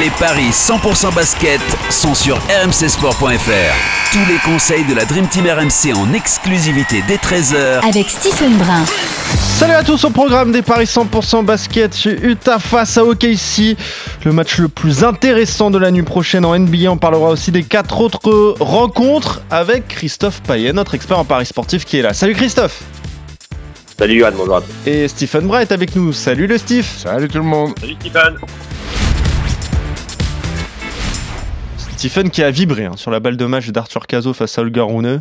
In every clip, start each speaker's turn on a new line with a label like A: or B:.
A: Les paris 100% basket sont sur rmcsport.fr. Tous les conseils de la Dream Team RMC en exclusivité dès 13h
B: avec Stephen Brun.
C: Salut à tous au programme des Paris 100% basket chez Utah face à OKC. Le match le plus intéressant de la nuit prochaine en NBA. On parlera aussi des quatre autres rencontres avec Christophe Payet, notre expert en Paris sportif qui est là. Salut Christophe
D: Salut Johan, bonjour à tous.
C: Et Stephen Bra est avec nous. Salut le Steve
E: Salut tout le monde.
D: Salut Stephen.
C: Stephen qui a vibré hein, sur la balle de match d'Arthur Cazot face à Olga Rouneux.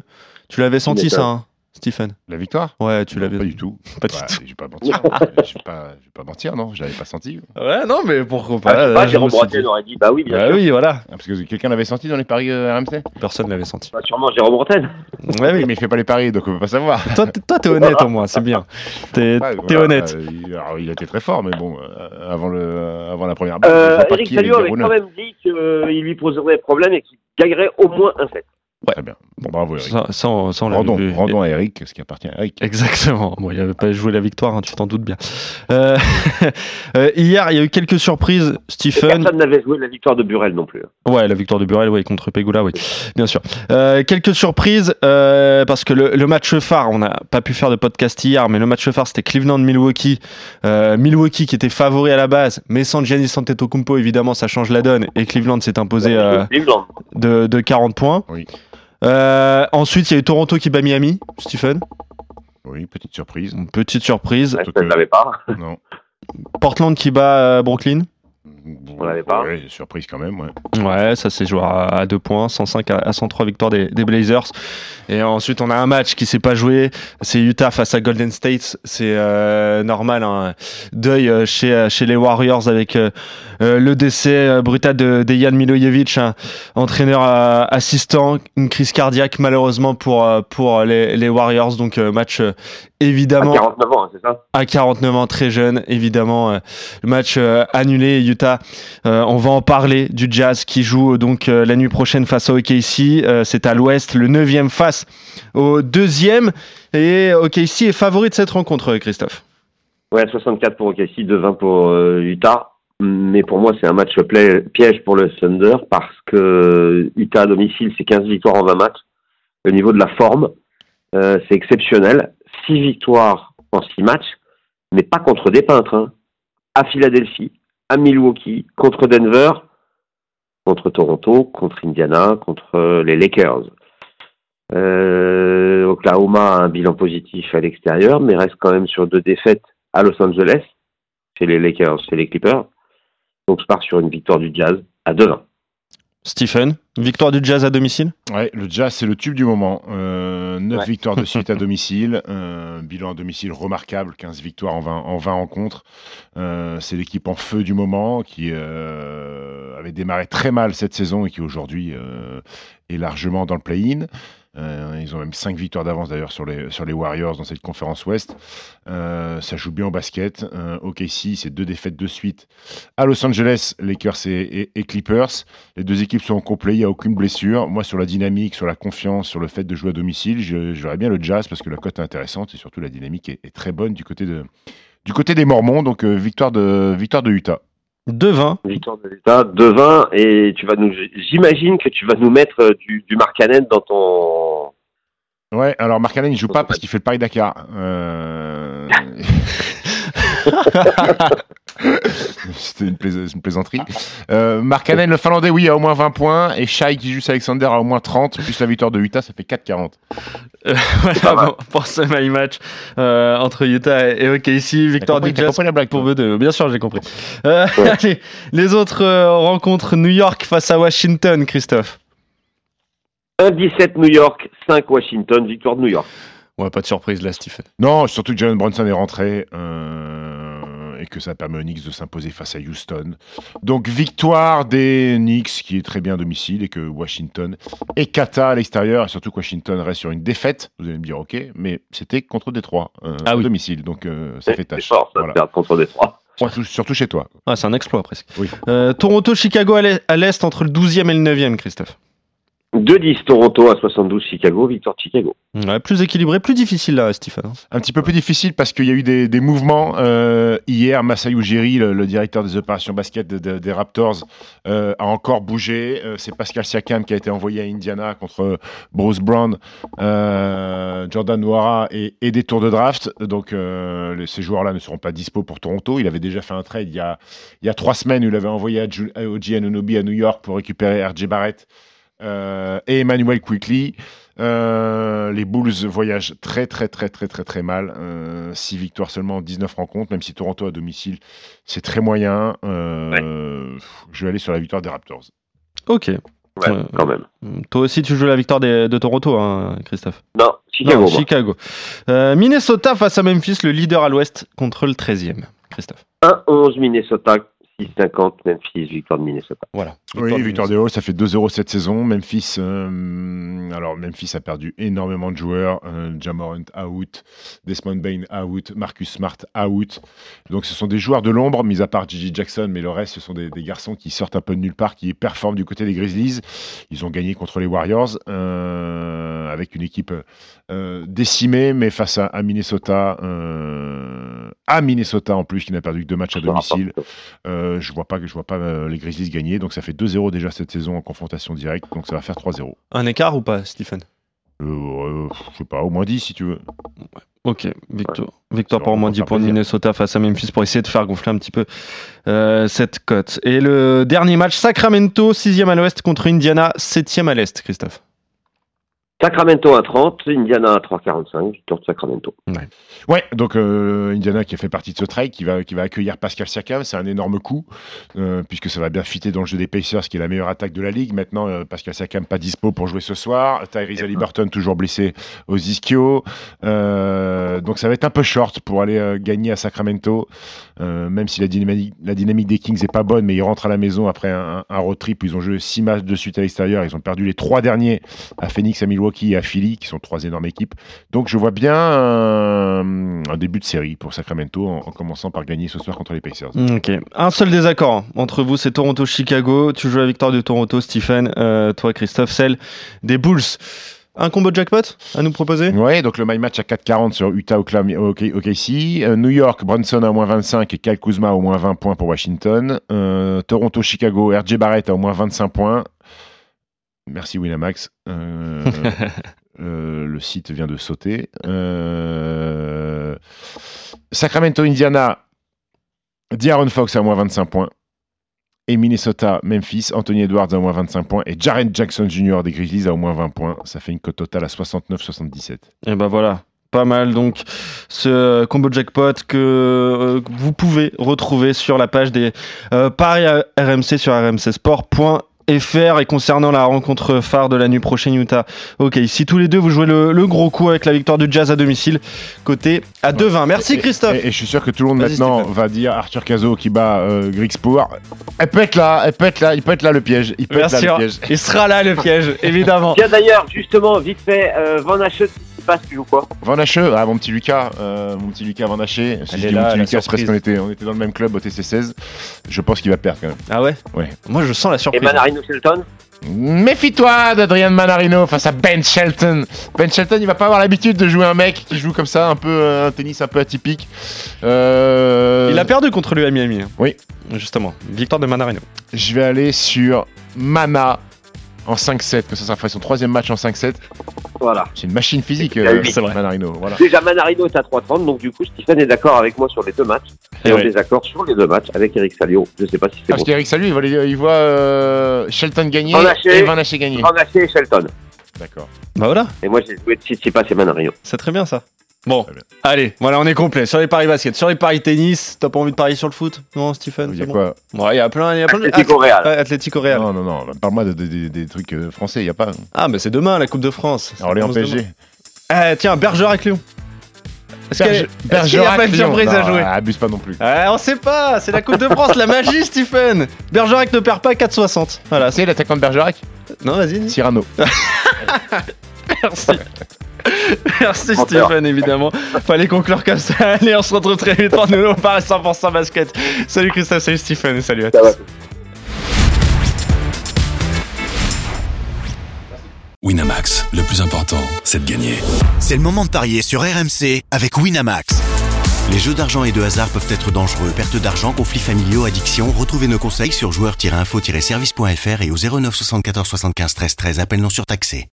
C: Tu l'avais senti ça, hein, Stephen
E: La victoire
C: Ouais, tu l'avais.
E: Pas du tout.
C: Pas du
E: Bah,
C: tout.
E: Je vais pas mentir. je vais pas, je vais pas mentir, non. Je l'avais pas senti. Hein,
C: Ouais, non, mais pourquoi
D: Ah, je sais pas,
C: je me
D: Jérôme
C: suis
D: Bretagne
C: dit-
D: aurait dit, bah oui, bien
C: Bah
D: sûr.
C: oui, voilà.
E: Ah, parce que quelqu'un l'avait senti dans les paris euh, RMC
C: Personne ne l'avait senti.
D: Bah, sûrement Jérôme Bretagne.
C: Ouais, Ah oui,
E: Oui, mais il fait pas les paris, donc on peut pas savoir.
C: Toi, t'es- toi, t'es honnête au moins, c'est bien. T'es
E: Ouais,
C: t'es
E: voilà,
C: honnête.
E: euh, il, alors, il a été très fort, mais bon, euh, avant, le, euh, avant la première
D: Euh,
E: je sais pas
D: Eric
E: qui allait
D: Salio avait
E: dire
D: quand
E: Ronan.
D: même dit qu'il lui poserait problème et qu'il gagnerait au moins un set.
E: Très bien. Bon, bravo, Eric.
C: Ça, ça, on- ça, on l'avait vu.
E: Rendons, rendons à Eric ce qui appartient à Eric.
C: Exactement. Bon, il n'avait pas joué la victoire, hein, tu t'en doutes bien. Euh, euh, hier, il y a eu quelques surprises.
D: Et
C: Stephen,
D: personne n'avait joué la victoire de Burel non plus.
C: ouais, la victoire de Burel, ouais, contre Pegula, oui, bien sûr. Euh, quelques surprises euh, parce que le, le match phare, on n'a pas pu faire de podcast hier, mais le match phare, c'était Cleveland-Milwaukee. Euh, Milwaukee qui était favori à la base, mais sans Giannis Antetokounmpo, évidemment, ça change la donne. Et Cleveland s'est imposé euh,
D: Cleveland.
C: de, de 40 points.
E: Oui.
C: Euh, ensuite, il y a eu Toronto qui bat Miami, Stephen.
E: Oui, petite surprise.
C: Une petite surprise.
D: Ouais,
E: surtout
D: ça,
E: que-
D: je l'avais pas.
E: Non.
C: Portland qui bat euh, Brooklyn.
E: On
D: l'avait pas.
E: Ouais, surprise quand même. ouais.
C: Ouais, ça c'est joué à à deux points, 105 à à 103 victoire des, des Blazers. Et ensuite, on a un match qui s'est pas joué, c'est Utah face à Golden State. C'est euh, normal, hein. deuil euh, chez, euh, chez les Warriors avec euh, euh, le décès euh, brutal de, de Jan Milojevic, un entraîneur euh, assistant, une crise cardiaque malheureusement pour, euh, pour les, les Warriors. Donc euh, match euh,
D: À
C: évidemment
D: 49 ans, hein, c'est ça
C: à 49 ans, très jeune, évidemment. euh, le match euh, annulé, Utah. euh, on va en parler du Jazz qui joue euh, donc euh, la nuit prochaine face à OKC. Euh, c'est à l'ouest, le 9 face au deuxième. Et OKC est favori de cette rencontre, euh, Christophe.
D: Ouais, 64 pour OKC, 2-20 pour euh, Utah. Mais pour moi, c'est un match play- piège pour le Thunder parce que euh, Utah à domicile, c'est 15 victoires en 20 matchs. Le niveau de la forme, euh, c'est exceptionnel. 6 victoires en 6 matchs, mais pas contre des peintres. hein. À Philadelphie, à Milwaukee, contre Denver, contre Toronto, contre Indiana, contre les Lakers. Euh, Oklahoma a un bilan positif à l'extérieur, mais reste quand même sur deux défaites à Los Angeles. C'est les Lakers, c'est les Clippers. Donc je pars sur une victoire du Jazz à 2-20.
C: Stephen, victoire du Jazz à domicile
E: Ouais, le Jazz, c'est le tube du moment. Euh, 9
D: Ouais.
E: victoires de suite à domicile, euh, bilan à domicile remarquable, 15 victoires en 20, en 20 rencontres. Euh, c'est l'équipe en feu du moment qui euh, avait démarré très mal cette saison et qui aujourd'hui euh, est largement dans le play-in. Euh, ils ont même 5 victoires d'avance d'ailleurs sur les, sur les Warriors dans cette conférence Ouest. Euh, ça joue bien au basket. Euh, OKC, c'est deux défaites de suite à Los Angeles, Lakers et- et- et Clippers. Les deux équipes sont au complet, il n'y a aucune blessure. Moi, sur la dynamique, sur la confiance, sur le fait de jouer à domicile, je, je verrais bien le jazz parce que la cote est intéressante et surtout la dynamique est, est très bonne du côté, de, du côté des Mormons. Donc, euh, victoire, de, victoire de Utah.
C: 2-20.
D: Victoire de l'État, 2-20. Et tu vas nous, j'imagine que tu vas nous mettre euh, du, du Markkanen dans ton.
E: Ouais, alors Marc Allen, il joue pas parce qu'il fait le Paris-Dakar. Euh... C'était une, plais- une plaisanterie. Euh, Marc Allen, le Finlandais, oui, a au moins 20 points. Et Shai, qui joue Alexander, a au moins 30. Plus la victoire de Utah, ça fait 4-40.
C: Voilà bon, pour ce my match euh, entre Utah et OKC. Victoire
E: T'as compris-
C: du
E: t'as
C: Jazz
E: compris la blague,
C: pour
E: toi
C: vous deux. Bien sûr, j'ai compris. Euh,
D: Ouais.
C: allez, les autres euh, rencontres New York face à Washington, Christophe.
D: 1-17 New York, 5 Washington, victoire de New York.
C: Ouais, pas de surprise là, Stephen.
E: Non, surtout que Jalen Brunson est rentré euh, et que ça permet aux Knicks de s'imposer face à Houston. Donc victoire des Knicks qui est très bien à domicile et que Washington est cata à l'extérieur et surtout que Washington reste sur une défaite. Vous allez me dire ok, mais c'était contre Détroit euh,
C: Ah
E: à
C: oui.
E: domicile, donc euh, ça fait
D: C'est
E: tâche.
D: fort, ça, de
E: Voilà.
D: perdre contre les trois.
E: Surtout, surtout chez toi.
C: Ah, c'est un exploit presque.
E: Oui.
C: Euh, Toronto, Chicago à l'est- à l'est entre le 12e et le 9e, Christophe.
D: 2-10 Toronto à 72 Chicago, victoire de Chicago.
C: Ouais, plus équilibré, plus difficile là, Stéphane.
E: Un petit peu plus difficile parce qu'il y a eu des, des mouvements euh, hier. Masai Ujiri, le, le directeur des opérations basket de- de- des Raptors, euh, a encore bougé. Euh, c'est Pascal Siakam qui a été envoyé à Indiana contre euh, Bruce Brown, euh, Jordan Noira et, et des tours de draft. Donc euh, les- ces joueurs-là ne seront pas dispo pour Toronto. Il avait déjà fait un trade il y a, il y a trois semaines où il avait envoyé à Ju- à OG Anunobi à New York pour récupérer RJ Barrett euh, et Emmanuel Quickly. Euh, les Bulls voyagent très très très très très très mal. 6 victoires seulement en 19 rencontres, même si Toronto à domicile, c'est très moyen. Euh, pff, Je vais aller sur la victoire des Raptors.
C: Ok.
D: Ouais,
C: Ouais.
D: quand même.
C: Hum, Toi aussi, tu joues la victoire des- de Toronto, hein, Christophe.
D: Non, Chicago.
C: Non,
D: moi.
C: Chicago. Euh, Minnesota face à Memphis, le leader à l'ouest contre le 13e. Christophe.
D: 1-11 Minnesota, 6-50 Memphis, victoire de Minnesota.
C: Voilà.
E: oui,
C: de
E: victoire
C: Minnesota.
E: des Hawks, ça fait 2-0 cette saison. Memphis, euh, alors Memphis a perdu énormément de joueurs. Euh, Jamorant out, Desmond Bain out, Marcus Smart out. Donc ce sont des joueurs de l'ombre, mis à part Gigi Jackson, mais le reste, ce sont des, des garçons qui sortent un peu de nulle part, qui performent du côté des Grizzlies. Ils ont gagné contre les Warriors euh, avec une équipe euh, décimée, mais face à, à Minnesota, euh, à Minnesota en plus, qui n'a perdu que deux matchs à
D: Ça rapporte.
E: domicile. Euh, je vois pas que je vois pas euh, les Grizzlies gagner, donc ça fait 2-0 déjà cette saison en confrontation directe, donc ça va faire 3-0.
C: Un écart ou pas, Stephen
E: Euh, euh, je sais pas, au moins 10 si tu veux.
C: Ok, victoire, victoire
E: C'est
C: pour au moins
E: vraiment
C: 10
E: pour
C: pour
E: plaisir.
C: Minnesota face à Memphis pour essayer de faire gonfler un petit peu euh, cette cote. Et le dernier match, Sacramento, 6e à l'ouest contre Indiana, 7e à l'est, Christophe.
D: Sacramento à 30, Indiana à 3-45, victoire de Sacramento.
E: Ouais, donc euh, Indiana qui a fait partie de ce trade, qui va qui va accueillir Pascal Siakam, c'est un énorme coup euh, puisque ça va bien fitter dans le jeu des Pacers, qui est la meilleure attaque de la ligue. Maintenant, euh, Pascal Siakam pas dispo pour jouer ce soir, Tyrese Haliburton toujours blessé aux ischio, Euh, donc ça va être un peu short pour aller euh, gagner à Sacramento, Euh, même si la dynamique la dynamique des Kings est pas bonne, mais ils rentrent à la maison après un, un road trip où ils ont joué six matchs de suite à l'extérieur, ils ont perdu les trois derniers à Phoenix, à Milwaukee et à Philly, qui sont trois énormes équipes. Donc je vois bien euh, un début de série pour Sacramento en, en commençant par gagner ce soir contre les Pacers.
C: Mm, Ok, un seul désaccord entre vous, c'est Toronto-Chicago. Tu joues la victoire de Toronto, Stephen. Euh, toi, Christophe, celle des Bulls. Un combo jackpot à nous proposer
E: Ouais, donc le my match à 4,40 sur Utah Oklahoma- OK OKC. Euh, New York, Brunson à au moins 25 et Kyle Kuzma à au moins 20 points pour Washington. Euh, Toronto, Chicago, RJ Barrett à au moins 25 points. Merci Winamax. Euh, euh, le site vient de sauter. Euh, Sacramento, Indiana, D'Aaron Fox à moins 25 points. Et Minnesota, Memphis, Anthony Edwards à moins 25 points. Et Jaren Jackson Jr. des Grizzlies à au moins 20 points. Ça fait une cote totale à 69-77.
C: Et ben voilà, pas mal donc ce euh, combo jackpot que euh, que vous pouvez retrouver sur la page des euh, paris à RMC sur rmcsport.fr. Et concernant la rencontre phare de la nuit prochaine, Utah, ok, si tous les deux vous jouez le, le gros coup avec la victoire du Jazz à domicile, côté à 2-20. Merci
E: Et-
C: Christophe.
E: Et, et je suis sûr que tout le monde
C: Vas-y,
E: maintenant
C: Stéphane.
E: va dire Arthur Cazot qui bat euh, Grigspoor. Elle peut être là, elle peut être là, il peut être là le piège. Il peut être
C: Merci.
E: là
C: hein.
E: le piège.
C: Il sera là le piège, évidemment.
D: Tiens d'ailleurs, justement, vite fait, euh, Van Hacheux, qui passe, tu joues quoi
E: Van Hache, ah, mon petit Lucas, euh, mon petit Lucas Van Hache. Si je
C: est
E: dis
C: là,
E: mon
C: la
E: petit Lucas, c'est parce
C: surprise.
E: qu'on était, on était dans le même club au TC16. Je pense qu'il va perdre quand même.
C: Ah ouais
E: Ouais.
C: Moi je sens la
D: Et
C: surprise.
D: Manarino Shelton
E: Méfie-toi d'Adrian Manarino face à Ben Shelton. Ben Shelton, il va pas avoir l'habitude de jouer un mec qui joue comme ça, un peu euh, un tennis un peu atypique. Euh,
C: Il a perdu contre lui à Miami. hein.
E: Oui.
C: Justement, victoire de Manarino.
E: Je vais aller sur Mana en 5-7, que ça, ça fait son troisième match en 5-7.
D: Voilà.
E: C'est une machine physique,
D: Ah oui,
C: c'est vrai.
E: Manarino. Voilà.
D: Déjà, Manarino est à 3-30, donc du coup, Stephen est d'accord avec moi sur les deux matchs.
C: Et
D: Et en
C: ouais.
D: désaccord sur les deux matchs avec Eric Salio. Je sais pas si c'est
E: Parce
D: bon.
E: qu'Eric Salut, il voit, les- il voit euh, Shelton gagner
D: Van Hache.
E: et Van Hache gagner.
D: Van Hacheux et Shelton.
E: D'accord.
C: Bah voilà.
D: Et moi, j'ai joué Tsitsipas et Manarino.
C: C'est très bien ça. Bon,
E: bien.
C: allez, voilà, on est complet sur les paris basket, sur les paris tennis. T'as pas envie de parier sur le foot Non, Stephen
E: Il y
C: c'est
E: a
C: bon
E: quoi
C: Ouais, il y a plein, il y a plein de.
D: Atlético Real.
C: Ah, Atlético Real.
E: Non, non, non, parle-moi de- de- de- des trucs euh, français, il y a pas.
C: Ah, mais c'est demain la Coupe de France. Ça
E: Orléans
C: commence
E: PSG.
C: demain. Eh, tiens, Bergerac Lyon. Est-ce qu'il y a-
E: Berge-
C: est-ce qu'il y a pas
E: Bergerac,
C: une
E: Lyon.
C: surprise à
E: Non,
C: jouer
E: Abuse pas non plus.
C: Ah, on sait pas, c'est la Coupe de France, la magie, Stephen Bergerac ne perd pas 4,60. Voilà, c'est.
E: C'est l'attaquant de Bergerac
C: Non, vas-y, dis.
E: Cyrano.
C: Merci. Merci
D: Menteur.
C: Stephen, évidemment. Fallait conclure comme ça. Allez, on se retrouve très vite pour nous nouveau Paris 100% basket. Salut Christophe, salut Stephen et salut à
D: Ça
C: tous.
D: va.
F: Winamax, le plus important, c'est de gagner.
G: C'est le moment de parier sur RMC avec Winamax. Les jeux d'argent et de hasard peuvent être dangereux. Perte d'argent, conflits familiaux, addiction. Retrouvez nos conseils sur joueurs-info-service.fr et au 09 74 75 13 13. Appel non surtaxé.